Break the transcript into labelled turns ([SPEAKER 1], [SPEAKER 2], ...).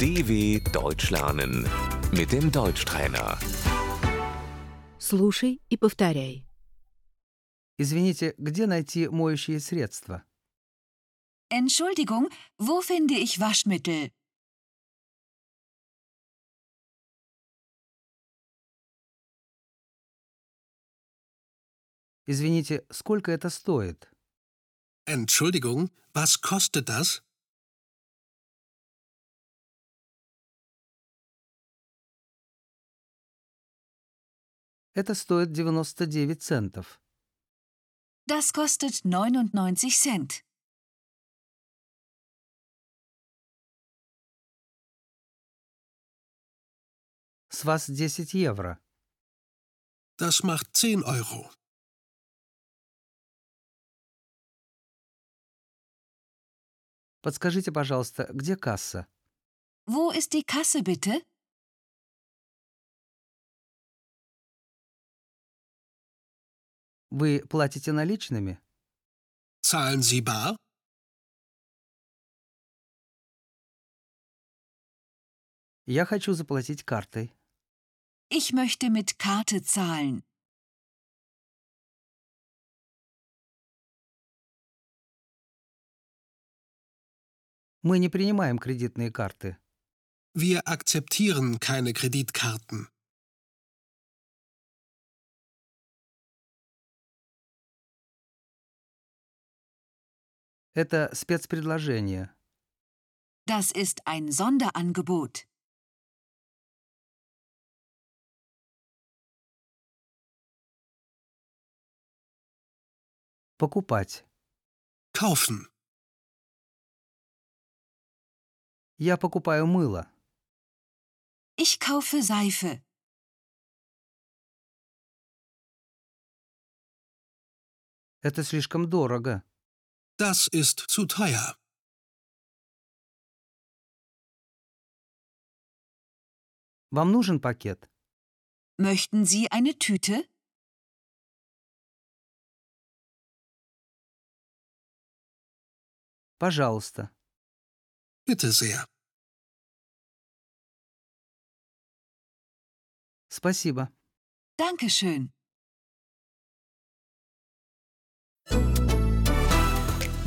[SPEAKER 1] DW Deutsch lernen mit dem Deutschtrainer.
[SPEAKER 2] Слушай и повторяй.
[SPEAKER 3] Извините, где найти моющие средства?
[SPEAKER 4] Entschuldigung, wo finde ich Waschmittel?
[SPEAKER 3] Извините, сколько это стоит?
[SPEAKER 5] Entschuldigung, was kostet das?
[SPEAKER 3] Это стоит 99 центов.
[SPEAKER 4] Das kostet 99 Cent.
[SPEAKER 3] С вас 10 евро.
[SPEAKER 5] Das macht 10 Euro.
[SPEAKER 3] Подскажите, пожалуйста, где касса?
[SPEAKER 4] Wo ist die Kasse bitte?
[SPEAKER 3] Вы платите наличными?
[SPEAKER 5] Zahlen Sie bar?
[SPEAKER 3] Я хочу заплатить картой.
[SPEAKER 4] Ich möchte mit Karte zahlen.
[SPEAKER 3] Мы не принимаем кредитные карты.
[SPEAKER 5] Wir akzeptieren keine Kreditkarten.
[SPEAKER 3] Это спецпредложение.
[SPEAKER 4] Das ist ein Sonderangebot.
[SPEAKER 3] Покупать.
[SPEAKER 5] Kaufen.
[SPEAKER 3] Я покупаю мыло.
[SPEAKER 4] Ich kaufe Seife.
[SPEAKER 3] Это слишком дорого.
[SPEAKER 5] Das ist zu teuer.
[SPEAKER 3] Вам нужен пакет?
[SPEAKER 4] Möchten Sie eine Tüte?
[SPEAKER 3] Пожалуйста.
[SPEAKER 5] Bitte sehr.
[SPEAKER 3] Спасибо.
[SPEAKER 4] Dankeschön.